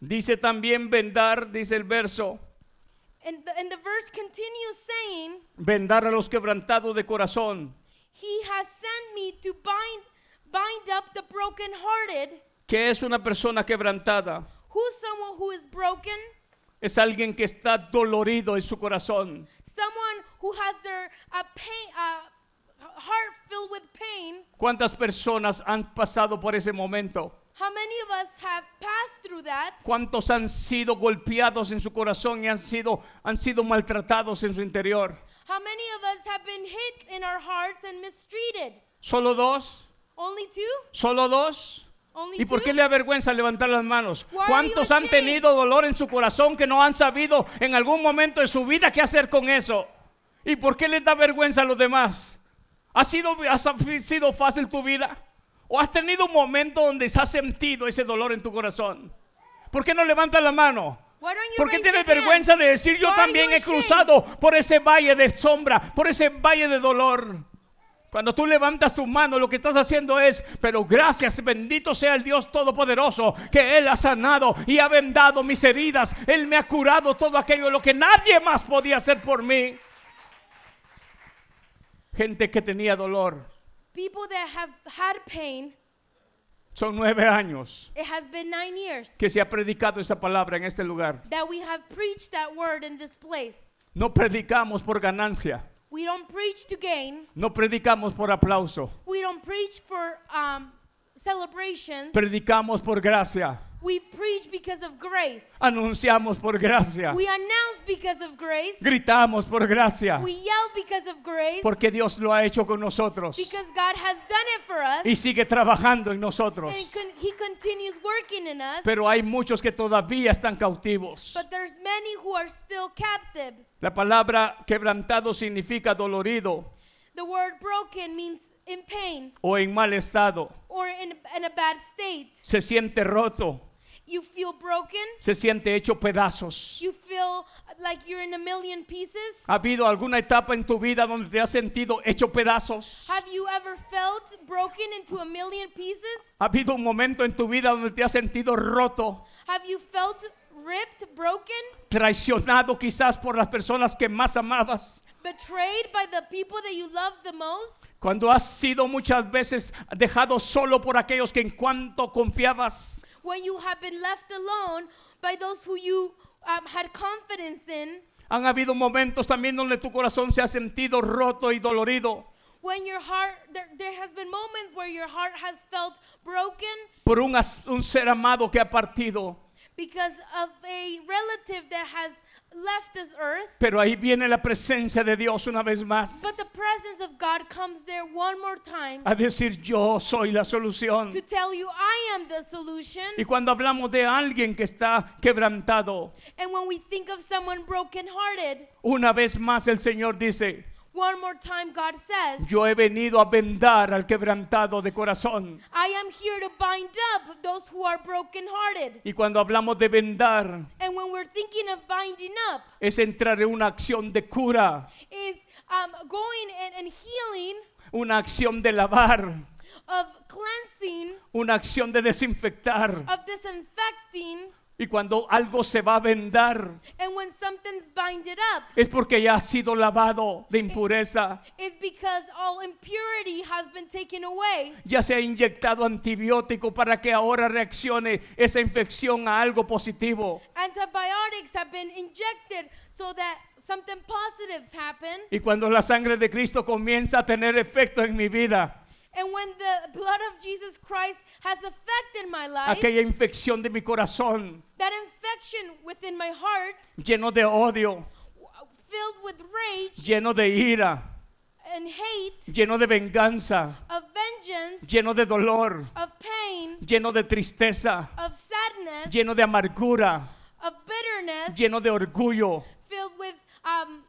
Speaker 1: Dice también vendar, dice el verso,
Speaker 2: And the, and the verse continues saying,
Speaker 1: vendar a los quebrantados de corazón,
Speaker 2: He has sent me to bind bind up the brokenhearted.
Speaker 1: que es una persona quebrantada.
Speaker 2: Who's someone who is broken?
Speaker 1: Es alguien que está dolorido en su corazón.
Speaker 2: Someone who has their a pain, a heart filled with pain.
Speaker 1: ¿Cuántas personas han pasado por ese momento?
Speaker 2: How many of us have passed through that?
Speaker 1: ¿Cuántos han sido golpeados en su corazón y han sido, han sido maltratados en su interior?
Speaker 2: How many of us have been hit in our hearts and mistreated?
Speaker 1: ¿Solo dos?
Speaker 2: Only two?
Speaker 1: ¿Solo dos?
Speaker 2: Only
Speaker 1: ¿Y por
Speaker 2: two?
Speaker 1: qué le avergüenza levantar las manos?
Speaker 2: Why are you
Speaker 1: ¿Cuántos han
Speaker 2: ashamed?
Speaker 1: tenido dolor en su corazón que no han sabido en algún momento de su vida qué hacer con eso? ¿Y por qué les da vergüenza a los demás? ¿Ha sido, ha sa- sido fácil tu vida? ¿O has tenido un momento donde has sentido ese dolor en tu corazón? ¿Por qué no levantas la mano?
Speaker 2: Why don't you
Speaker 1: ¿Por qué
Speaker 2: raise
Speaker 1: tienes
Speaker 2: your hand?
Speaker 1: vergüenza de decir yo
Speaker 2: Why are
Speaker 1: también
Speaker 2: you
Speaker 1: he
Speaker 2: ashamed?"
Speaker 1: cruzado por ese valle de sombra, por ese valle de dolor? Cuando tú levantas tu mano, lo que estás haciendo es, pero gracias, bendito sea el Dios Todopoderoso, que Él ha sanado y ha vendado mis heridas. Él me ha curado todo aquello, lo que nadie más podía hacer por mí. Gente que tenía dolor,
Speaker 2: People that have had pain,
Speaker 1: son nueve años
Speaker 2: it has been nine years
Speaker 1: que se ha predicado esa palabra en este lugar.
Speaker 2: that we have preached that word in this place.
Speaker 1: No predicamos por ganancia,
Speaker 2: We don't preach to gain.
Speaker 1: no predicamos por aplauso.
Speaker 2: We don't preach for um, celebrations.
Speaker 1: Predicamos por gracia.
Speaker 2: we preach because of grace.
Speaker 1: Anunciamos por gracia.
Speaker 2: We announce because of grace.
Speaker 1: Gritamos por gracia.
Speaker 2: We yell because of grace.
Speaker 1: Porque Dios lo ha hecho con nosotros.
Speaker 2: because God has done it for us.
Speaker 1: Y sigue trabajando en nosotros.
Speaker 2: and con- He continues working in us.
Speaker 1: Pero hay muchos que todavía están cautivos.
Speaker 2: but there's many who are still captive.
Speaker 1: La palabra quebrantado significa dolorido
Speaker 2: The word broken means in pain
Speaker 1: o en mal estado.
Speaker 2: or in, in a bad state.
Speaker 1: Se siente roto.
Speaker 2: You feel broken.
Speaker 1: Se siente hecho pedazos.
Speaker 2: You feel like you're in a million pieces.
Speaker 1: ¿Ha habido alguna etapa en tu vida donde te has sentido hecho pedazos?
Speaker 2: Have you ever felt broken into a million pieces?
Speaker 1: ¿Ha habido un momento en tu vida donde te has sentido roto?
Speaker 2: Have you felt ripped, broken,
Speaker 1: traicionado quizás por las personas que más amabas,
Speaker 2: betrayed by the people that you love the most?
Speaker 1: cuando has sido muchas veces dejado solo por aquellos que en cuanto confiabas,
Speaker 2: When you have been left alone by those who you um, had confidence in?
Speaker 1: han habido momentos también donde tu corazón se ha sentido roto y dolorido
Speaker 2: When your heart, there, there has been moments where your heart has felt broken
Speaker 1: por un, as- un ser amado que ha partido.
Speaker 2: because of a relative that has left this earth.
Speaker 1: Pero ahí viene la presencia de Dios una vez más
Speaker 2: But the presence of God comes there one more time
Speaker 1: a decir yo soy la solución.
Speaker 2: to tell you, I am the solution.
Speaker 1: Y cuando hablamos de alguien que está quebrantado,
Speaker 2: And when we think of someone brokenhearted,
Speaker 1: una vez más el Señor dice,
Speaker 2: one more time God says,
Speaker 1: Yo he venido a vendar al quebrantado de corazón.
Speaker 2: I am here to bind up those who are brokenhearted.
Speaker 1: Y cuando hablamos de vendar,
Speaker 2: And when we're thinking of binding up,
Speaker 1: es entrar en una acción de cura,
Speaker 2: is um, going and, and healing,
Speaker 1: una acción de lavar,
Speaker 2: of cleansing,
Speaker 1: una acción de desinfectar.
Speaker 2: of disinfecting.
Speaker 1: Y cuando algo se va a vendar,
Speaker 2: And when something's binded up,
Speaker 1: es porque ya ha sido lavado de impureza,
Speaker 2: is because all impurity has been taken away.
Speaker 1: ya se ha inyectado antibiótico para que ahora reaccione esa infección a algo positivo.
Speaker 2: Antibiotics have been injected so that something positives happen.
Speaker 1: Y cuando la sangre de Cristo comienza a tener efecto en mi vida,
Speaker 2: And when the blood of Jesus Christ has affected my life,
Speaker 1: aquella infección de mi corazón
Speaker 2: that infection within my heart,
Speaker 1: lleno de odio,
Speaker 2: w- filled with rage
Speaker 1: lleno de ira,
Speaker 2: and hate,
Speaker 1: lleno de venganza,
Speaker 2: of vengeance,
Speaker 1: lleno de dolor,
Speaker 2: of pain,
Speaker 1: lleno de tristeza,
Speaker 2: of sadness,
Speaker 1: lleno de amargura,
Speaker 2: of bitterness,
Speaker 1: lleno de orgullo
Speaker 2: filled with um,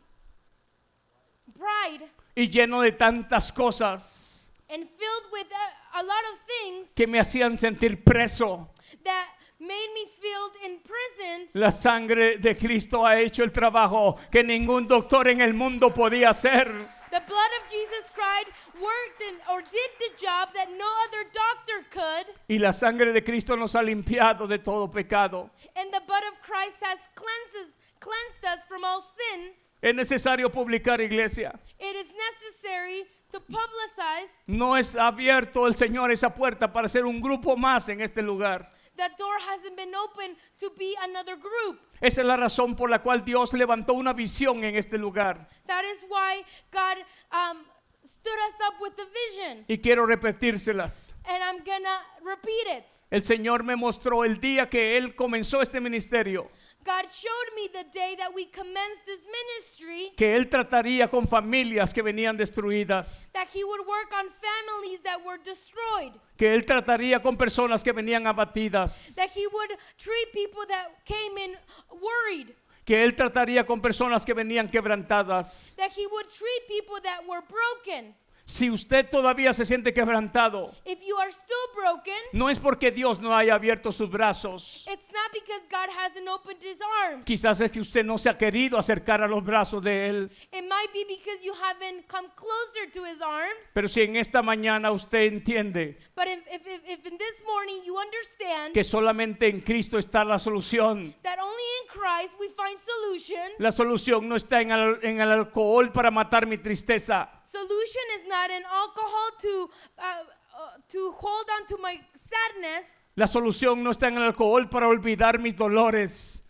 Speaker 2: pride,
Speaker 1: y lleno de tantas cosas
Speaker 2: and filled with a, a lot of things
Speaker 1: que me hacían sentir preso.
Speaker 2: that made me feel imprisoned.
Speaker 1: La sangre de Cristo ha hecho el trabajo que ningún doctor en el mundo podía hacer.
Speaker 2: The blood of Jesus Christ worked and, or did the job that no other doctor could.
Speaker 1: Y la sangre de Cristo nos ha limpiado de todo pecado.
Speaker 2: And the blood of Christ has cleanses, cleansed us from all sin.
Speaker 1: Es necesario publicar, iglesia.
Speaker 2: It is necessary to publicize
Speaker 1: No es abierto el Señor esa puerta para ser un grupo más en este lugar.
Speaker 2: that door hasn't been opened to be another group.
Speaker 1: Esa es la razón por la cual Dios levantó una visión en este lugar.
Speaker 2: That is why God um, stood us up with the vision.
Speaker 1: Y quiero repetírselas.
Speaker 2: And I'm gonna repeat it.
Speaker 1: El Señor me mostró el día que Él comenzó este ministerio,
Speaker 2: God showed me the day that we commenced this ministry
Speaker 1: que Él trataría con familias que venían destruidas,
Speaker 2: that He would work on families that were destroyed,
Speaker 1: que Él trataría con personas que venían abatidas,
Speaker 2: that He would treat people that came in worried,
Speaker 1: que Él trataría con personas que venían quebrantadas.
Speaker 2: that He would treat people that were broken.
Speaker 1: Si usted todavía se siente quebrantado,
Speaker 2: If you are still broken,
Speaker 1: no es porque Dios no haya abierto sus brazos.
Speaker 2: it's not because God hasn't opened His arms.
Speaker 1: Quizás es que usted no se ha querido acercar a los brazos de Él.
Speaker 2: It might be because you haven't come closer to His arms.
Speaker 1: Pero si en esta mañana usted entiende
Speaker 2: But if, if, if, if in this morning you understand
Speaker 1: que solamente en Cristo está la solución,
Speaker 2: that only in Christ we find solution,
Speaker 1: La solución no está en el, en el alcohol para matar mi tristeza.
Speaker 2: solution is not in alcohol to, uh, uh, to hold on to my sadness.
Speaker 1: La solución no está en el alcohol para olvidar mis dolores.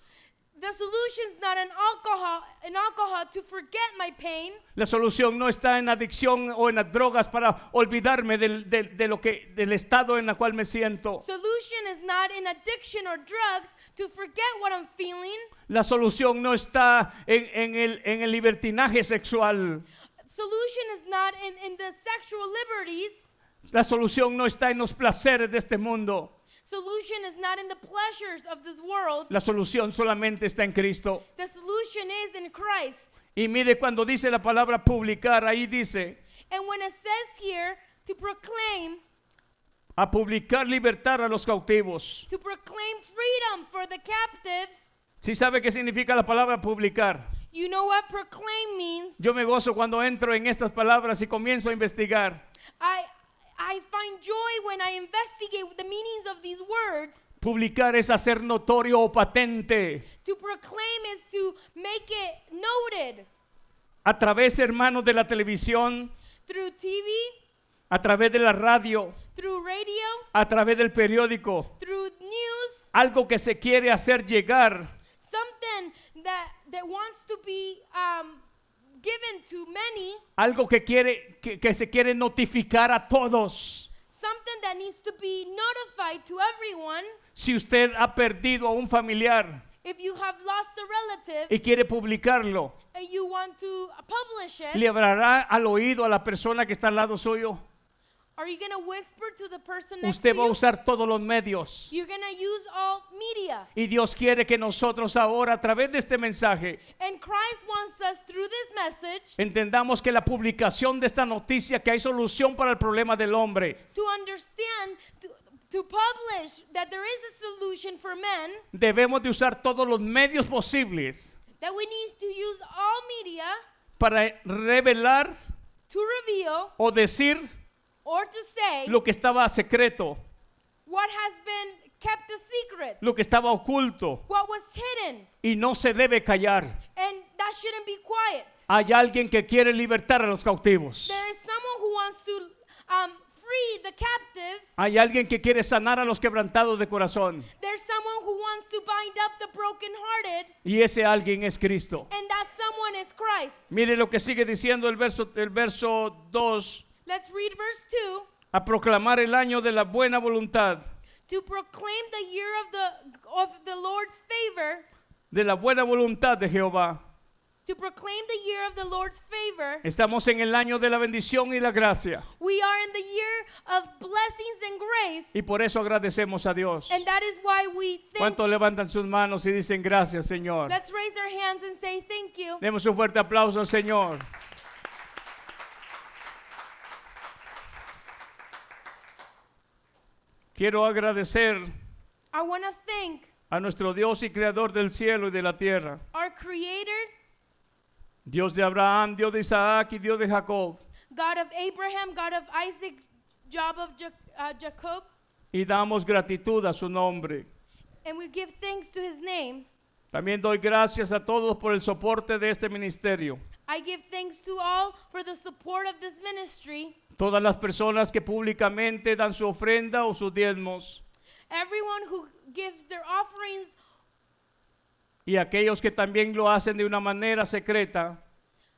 Speaker 2: The solution is not in alcohol, in alcohol to forget my pain.
Speaker 1: La solución no está en adicción o en las drogas para olvidarme del, del- de lo que, del estado en el cual me siento.
Speaker 2: Solution is not in addiction or drugs to forget what I'm feeling.
Speaker 1: La solución no está en, en el, en el libertinaje sexual.
Speaker 2: Solution is not in, in the sexual liberties.
Speaker 1: La solución no está en los placeres de este mundo.
Speaker 2: Solution is not in the pleasures of this world.
Speaker 1: La solución solamente está en Cristo.
Speaker 2: The solution is in Christ.
Speaker 1: Y mire cuando dice la palabra publicar, ahí dice,
Speaker 2: And when it says here to proclaim,
Speaker 1: a publicar libertad a los cautivos.
Speaker 2: to proclaim freedom for the captives,
Speaker 1: Si sabe qué significa la palabra publicar.
Speaker 2: you know what proclaim means.
Speaker 1: Yo me gozo cuando entro en estas palabras y comienzo a investigar.
Speaker 2: I I find joy when I investigate the meanings of these words.
Speaker 1: Publicar es hacer notorio o patente.
Speaker 2: To proclaim is to make it noted
Speaker 1: A través, hermanos, de la televisión,
Speaker 2: through TV,
Speaker 1: a través de la radio,
Speaker 2: through radio,
Speaker 1: a través del periódico.
Speaker 2: through news,
Speaker 1: Algo que se quiere hacer llegar.
Speaker 2: something that that wants to be um, given to many,
Speaker 1: Algo que, quiere, que, que se quiere notificar a todos.
Speaker 2: something that needs to be notified to everyone.
Speaker 1: Si usted ha perdido a un familiar
Speaker 2: If you have lost a relative,
Speaker 1: y quiere publicarlo,
Speaker 2: and you want to uh, publish it,
Speaker 1: ¿le hablará al oído a la persona que está al lado suyo?
Speaker 2: are you gonna whisper to the person next
Speaker 1: Usted
Speaker 2: to
Speaker 1: va a
Speaker 2: you?
Speaker 1: usar todos los medios.
Speaker 2: You're gonna use all media.
Speaker 1: Y Dios quiere que nosotros ahora, a través de este mensaje,
Speaker 2: And Christ wants us through this message
Speaker 1: entendamos que la publicación de esta noticia, que hay solución para el problema del hombre,
Speaker 2: to understand, to, to publish that there is a solution for men,
Speaker 1: debemos de usar todos los medios posibles
Speaker 2: that we need to use all media
Speaker 1: para revelar
Speaker 2: to reveal
Speaker 1: o decir
Speaker 2: or to say
Speaker 1: lo que estaba secreto,
Speaker 2: what has been kept a secret,
Speaker 1: lo que estaba oculto.
Speaker 2: what was hidden,
Speaker 1: Y no se debe callar.
Speaker 2: and that shouldn't be quiet.
Speaker 1: Hay alguien que quiere libertar a los cautivos.
Speaker 2: There is someone who wants to um, free the captives.
Speaker 1: Hay alguien que quiere sanar a los quebrantados de corazón.
Speaker 2: There's someone who wants to bind up the brokenhearted,
Speaker 1: Y ese alguien es Cristo.
Speaker 2: and that someone is Christ.
Speaker 1: Mire lo que sigue diciendo el verso el verso 2,
Speaker 2: Let's read verse 2
Speaker 1: a proclamar el año de la buena voluntad,
Speaker 2: to proclaim the year of the of the Lord's favor,
Speaker 1: de la buena voluntad de Jehová.
Speaker 2: to proclaim the year of the Lord's favor.
Speaker 1: Estamos en el año de la bendición y la gracia
Speaker 2: We are in the year of blessings
Speaker 1: y
Speaker 2: and grace,
Speaker 1: por eso agradecemos a Dios.
Speaker 2: and that is why we thank
Speaker 1: ¿Cuántos levantan sus manos y dicen gracias, Señor?
Speaker 2: Let's raise our hands and say thank you.
Speaker 1: Demos un fuerte aplauso al Señor. Quiero agradecer
Speaker 2: I want to thank
Speaker 1: a nuestro Dios y Creador del cielo y de la tierra.
Speaker 2: our creator
Speaker 1: Dios de Abraham, Dios de Isaac y Dios de Jacob.
Speaker 2: God of Abraham, God of Isaac, Job of Ja- uh, Jacob,
Speaker 1: Y damos gratitud a su nombre.
Speaker 2: and we give thanks to his name.
Speaker 1: También doy gracias a todos por el soporte de este ministerio.
Speaker 2: I give thanks to all for the support of this ministry.
Speaker 1: Todas las personas que públicamente dan su ofrenda o sus diezmos.
Speaker 2: Everyone who gives their offerings
Speaker 1: Y aquellos que también lo hacen de una manera secreta.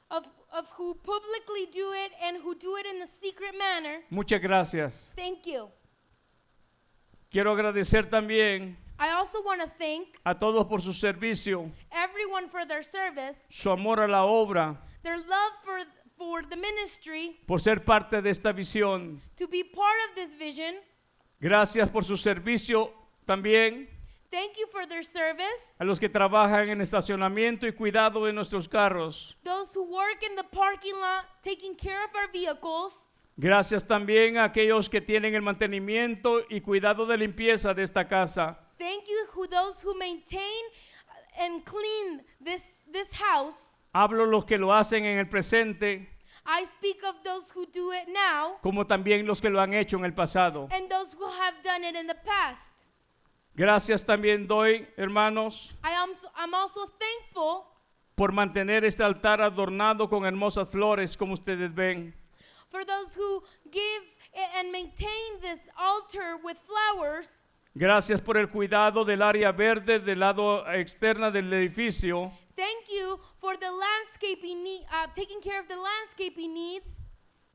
Speaker 2: of, of who publicly do it and who do it in a secret manner.
Speaker 1: Muchas gracias.
Speaker 2: Thank you.
Speaker 1: Quiero agradecer también
Speaker 2: I also want to thank
Speaker 1: a todos por su servicio,
Speaker 2: everyone for their service,
Speaker 1: su amor a la obra,
Speaker 2: their love for, for the ministry,
Speaker 1: por ser parte de esta visión.
Speaker 2: to be part of this vision.
Speaker 1: Gracias por su servicio también
Speaker 2: Thank you for their service.
Speaker 1: a los que trabajan en estacionamiento y cuidado de nuestros carros.
Speaker 2: Those who work in the parking lot taking care of our vehicles.
Speaker 1: Gracias también a aquellos que tienen el mantenimiento y cuidado de limpieza de esta casa.
Speaker 2: Thank you who those who maintain and clean this this house.
Speaker 1: Hablo los que lo hacen en el presente,
Speaker 2: I speak of those who do it now
Speaker 1: como también los que lo han hecho en el pasado.
Speaker 2: and those who have done it in the past.
Speaker 1: Gracias también doy, hermanos,
Speaker 2: I am so, I'm also thankful
Speaker 1: por mantener este altar adornado con hermosas flores, como ustedes ven.
Speaker 2: for those who give a- and maintain this altar with flowers.
Speaker 1: Gracias por el cuidado del área verde del lado externa del edificio,
Speaker 2: Thank you for the landscaping need, uh, taking care of the landscaping needs.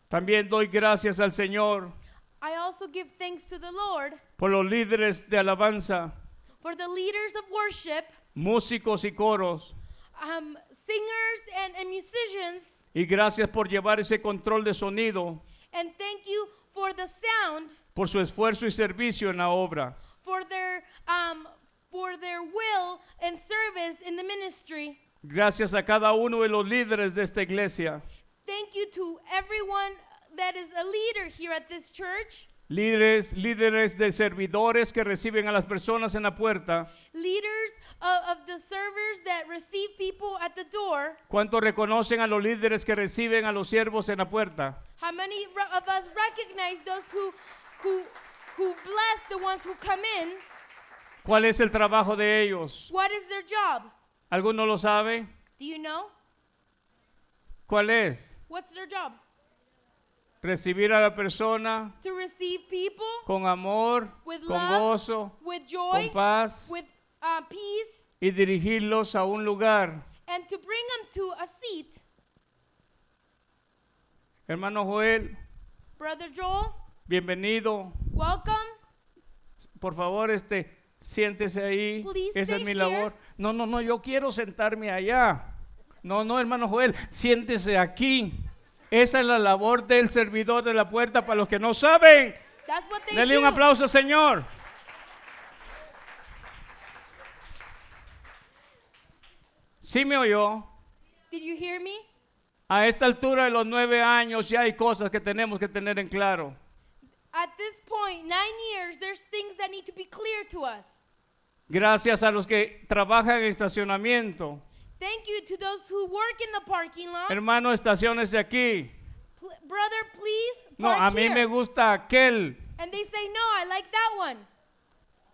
Speaker 1: También doy gracias al Señor
Speaker 2: I also give thanks to the Lord
Speaker 1: por los líderes de alabanza,
Speaker 2: for the leaders of worship,
Speaker 1: músicos y coros.
Speaker 2: um, singers and, and musicians,
Speaker 1: Y gracias por llevar ese control de sonido,
Speaker 2: and thank you for the sound,
Speaker 1: por su esfuerzo y servicio en la obra.
Speaker 2: for their um, for their will and service in the ministry.
Speaker 1: Gracias a cada uno de los líderes de esta iglesia,
Speaker 2: Thank you to everyone that is a leader here at this church,
Speaker 1: líderes, líderes de servidores que reciben a las personas en la puerta.
Speaker 2: leaders of, of the servers that receive people at the door.
Speaker 1: ¿Cuántos reconocen a los líderes que reciben a los siervos en la puerta?
Speaker 2: How many re- of us recognize those who who who bless the ones who come in?
Speaker 1: ¿Cuál es el trabajo de ellos?
Speaker 2: What is their job?
Speaker 1: ¿Alguno lo sabe?
Speaker 2: Do you know?
Speaker 1: ¿Cuál es?
Speaker 2: What's their job?
Speaker 1: Recibir a la persona
Speaker 2: To receive people
Speaker 1: con amor,
Speaker 2: With
Speaker 1: con
Speaker 2: love,
Speaker 1: gozo,
Speaker 2: with
Speaker 1: con
Speaker 2: joy,
Speaker 1: paz
Speaker 2: with uh, peace,
Speaker 1: y dirigirlos a un lugar.
Speaker 2: and to bring them to a seat.
Speaker 1: Hermano Joel,
Speaker 2: Brother Joel,
Speaker 1: bienvenido.
Speaker 2: welcome.
Speaker 1: Por favor, este, siéntese ahí.
Speaker 2: Please
Speaker 1: Esa es
Speaker 2: stay
Speaker 1: mi
Speaker 2: here.
Speaker 1: labor. No, no, no, yo quiero sentarme allá. No, no, hermano Joel, siéntese aquí. Esa es la labor del servidor de la puerta para los que no saben.
Speaker 2: That's what they
Speaker 1: Dele
Speaker 2: do.
Speaker 1: un aplauso, Señor. Sí me oyó.
Speaker 2: Did you hear me?
Speaker 1: A esta altura de los nueve años ya hay cosas que tenemos que tener en claro.
Speaker 2: At this point, nine years, there's things that need to be clear to us.
Speaker 1: Gracias a los que trabajan en estacionamiento.
Speaker 2: Thank you to those who work in the parking lot.
Speaker 1: Hermano, estaciones aquí.
Speaker 2: Pl- brother, please
Speaker 1: No,
Speaker 2: park
Speaker 1: a mí
Speaker 2: here.
Speaker 1: me gusta aquel.
Speaker 2: and they say, no, I like that one.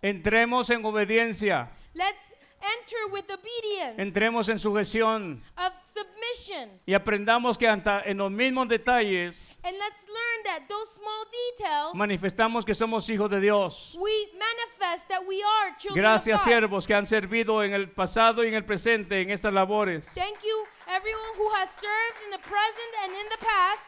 Speaker 1: Entremos en obediencia.
Speaker 2: Let's enter with obedience
Speaker 1: Entremos en sujeción.
Speaker 2: of submission.
Speaker 1: Y aprendamos que hasta en los mismos detalles
Speaker 2: And let's learn that those small details
Speaker 1: manifestamos que somos hijos de Dios.
Speaker 2: we manifest that we are children
Speaker 1: Gracias
Speaker 2: of God.
Speaker 1: siervos que han servido en el pasado y en el presente en estas labores.
Speaker 2: Thank you everyone who has served in the present and in the past.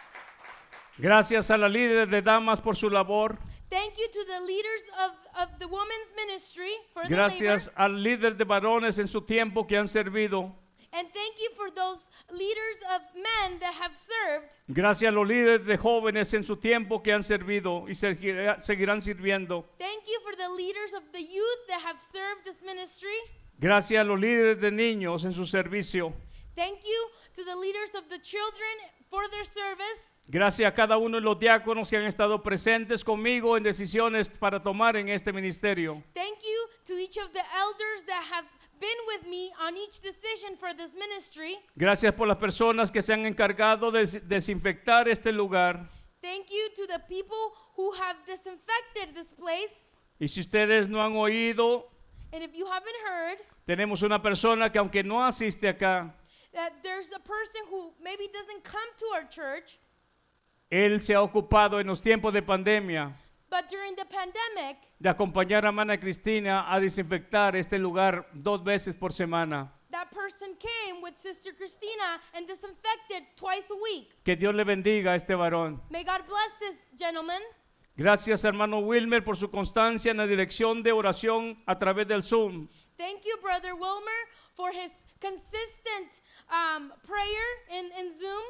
Speaker 1: Gracias a la líder de damas por su labor.
Speaker 2: Thank you to the leaders of, of the women's ministry for their labor.
Speaker 1: Gracias al líder de varones en su tiempo que han servido.
Speaker 2: And thank you for those leaders of men that have served.
Speaker 1: Gracias a los líderes de jóvenes en su tiempo que han servido y seguirá- seguirán sirviendo.
Speaker 2: Thank you for the leaders of the youth that have served this ministry.
Speaker 1: Gracias a los líderes de niños en su servicio.
Speaker 2: Thank you to the leaders of the children for their service.
Speaker 1: Gracias a cada uno de los diáconos que han estado presentes conmigo en decisiones para tomar en este ministerio.
Speaker 2: Thank you to each of the elders that have been with me on each decision for this ministry.
Speaker 1: Gracias por las personas que se han encargado de des- desinfectar este lugar.
Speaker 2: Thank you to the people who have disinfected this place.
Speaker 1: Y si ustedes no han oído,
Speaker 2: And if you haven't heard,
Speaker 1: tenemos una persona que aunque no asiste acá,
Speaker 2: that there's a person who maybe doesn't come to our church,
Speaker 1: él se ha ocupado en los tiempos de pandemia
Speaker 2: but during the pandemic,
Speaker 1: de acompañar a Mana Cristina a desinfectar este lugar dos veces por semana.
Speaker 2: that person came with Sister Christina and disinfected twice a week.
Speaker 1: Que Dios le bendiga a este varón.
Speaker 2: May God bless this gentleman.
Speaker 1: Gracias hermano Wilmer por su constancia en la dirección de oración a través del Zoom.
Speaker 2: Thank you, Brother Wilmer, for his consistent um, prayer in, in Zoom.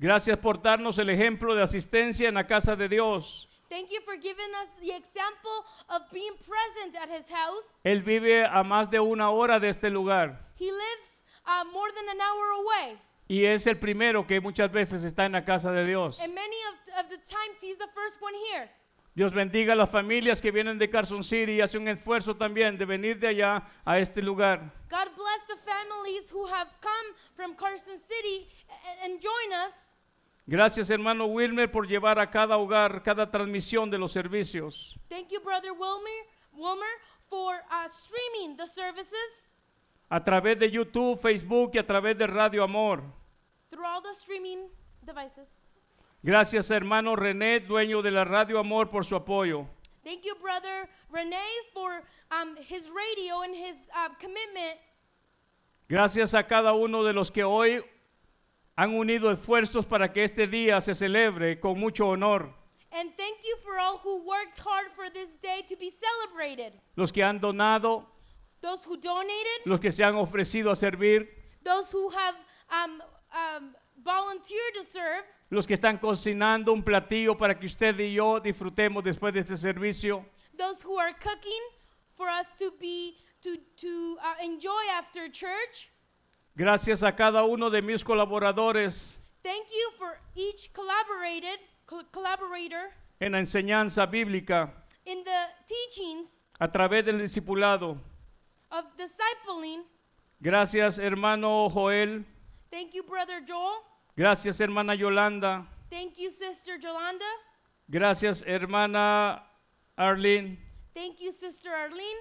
Speaker 1: Gracias por darnos el ejemplo de asistencia en la casa de Dios.
Speaker 2: Thank you for giving us the example of being present at his house.
Speaker 1: Él vive a más de una hora de este lugar
Speaker 2: He lives uh, more than an hour away,
Speaker 1: y es el primero que muchas veces está en la casa de Dios.
Speaker 2: and many of, of the times he's the first one here.
Speaker 1: Dios bendiga a las familias que vienen de Carson City y hace un esfuerzo también de venir de allá a este lugar.
Speaker 2: God bless the families who have come from Carson City a- and join us.
Speaker 1: Gracias hermano Wilmer por llevar a cada hogar cada transmisión de los servicios.
Speaker 2: Thank you, Brother Wilmer, Wilmer for uh, streaming the services
Speaker 1: A través de YouTube, Facebook y a través de Radio Amor.
Speaker 2: through all the streaming devices.
Speaker 1: Gracias hermano René, dueño de la Radio Amor, por su apoyo.
Speaker 2: Thank you, Brother Renee, for um, his radio and his uh, commitment.
Speaker 1: Gracias a cada uno de los que hoy han unido esfuerzos para que este día se celebre con mucho honor.
Speaker 2: And thank you for all who worked hard for this day to be celebrated.
Speaker 1: Los que han donado,
Speaker 2: Those who donated,
Speaker 1: los que se han ofrecido a servir,
Speaker 2: those who have um, um, volunteered to serve,
Speaker 1: los que están cocinando un platillo para que usted y yo disfrutemos después de este servicio.
Speaker 2: those who are cooking for us to be to to uh, enjoy after church.
Speaker 1: Gracias a cada uno de mis colaboradores
Speaker 2: Thank you for each collaborated col- collaborator
Speaker 1: en la enseñanza bíblica
Speaker 2: in the teachings
Speaker 1: a través del discipulado.
Speaker 2: of discipling.
Speaker 1: Gracias hermano Joel,
Speaker 2: Thank you, brother Joel.
Speaker 1: gracias hermana Yolanda,
Speaker 2: Thank you, sister Jolanda.
Speaker 1: gracias hermana Arlene.
Speaker 2: Thank you, sister Arlene.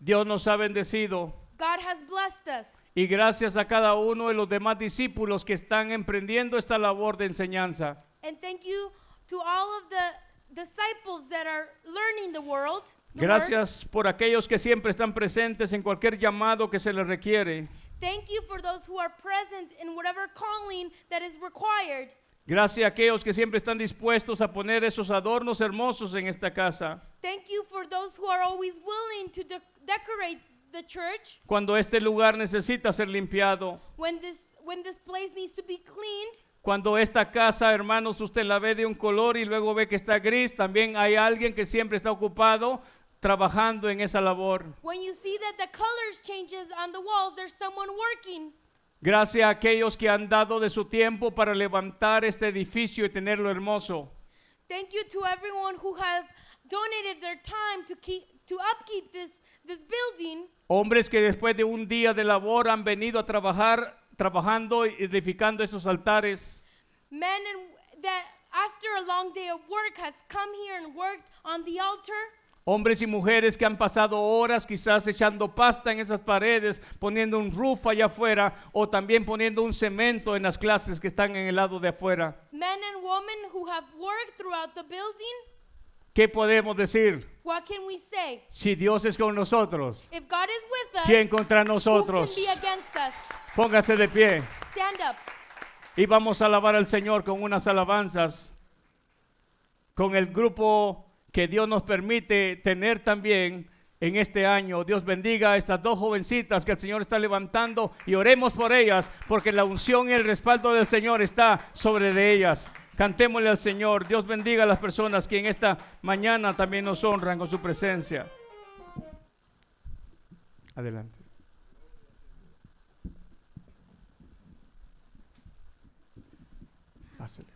Speaker 1: Dios nos ha bendecido
Speaker 2: God has blessed us.
Speaker 1: y gracias a cada uno de los demás discípulos que están emprendiendo esta labor de enseñanza.
Speaker 2: And thank you to all of the disciples that are learning the world. the word.
Speaker 1: Gracias por aquellos que siempre están presentes en cualquier llamado que se les requiere.
Speaker 2: Thank you for those who are present in whatever calling that is required.
Speaker 1: Gracias a aquellos que siempre están dispuestos a poner esos adornos hermosos en esta casa.
Speaker 2: Thank you for those who are always willing to de- decorate the church
Speaker 1: Cuando este lugar necesita ser limpiado.
Speaker 2: when this when this place needs to be cleaned.
Speaker 1: Cuando esta casa, hermanos, usted la ve de un color y luego ve que está gris, también hay alguien que siempre está ocupado trabajando en esa labor.
Speaker 2: When you see that the colors changes on the walls, there's someone working.
Speaker 1: Gracias a aquellos que han dado de su tiempo para levantar este edificio y tenerlo hermoso.
Speaker 2: Thank you to everyone who have donated their time to keep to upkeep this this building.
Speaker 1: Hombres que después de un día de labor han venido a trabajar, trabajando y edificando esos altares.
Speaker 2: Men and that after a long day of work has come here and worked on the altar.
Speaker 1: Hombres y mujeres que han pasado horas quizás echando pasta en esas paredes, poniendo un roof allá afuera o también poniendo un cemento en las clases que están en el lado de afuera.
Speaker 2: Men and women who have worked throughout the building.
Speaker 1: ¿Qué podemos decir?
Speaker 2: What can we say?
Speaker 1: Si Dios es con nosotros,
Speaker 2: If God is with us,
Speaker 1: ¿quién contra
Speaker 2: who can
Speaker 1: nosotros?
Speaker 2: be against us?
Speaker 1: Póngase de pie.
Speaker 2: Stand up.
Speaker 1: Y vamos a alabar al Señor con unas alabanzas, con el grupo que Dios nos permite tener también en este año. Dios bendiga a estas dos jovencitas que el Señor está levantando y oremos por ellas, porque la unción y el respaldo del Señor está sobre de ellas. Cantémosle al Señor. Dios bendiga a las personas que en esta mañana también nos honran con su presencia. Adelante. Pásele.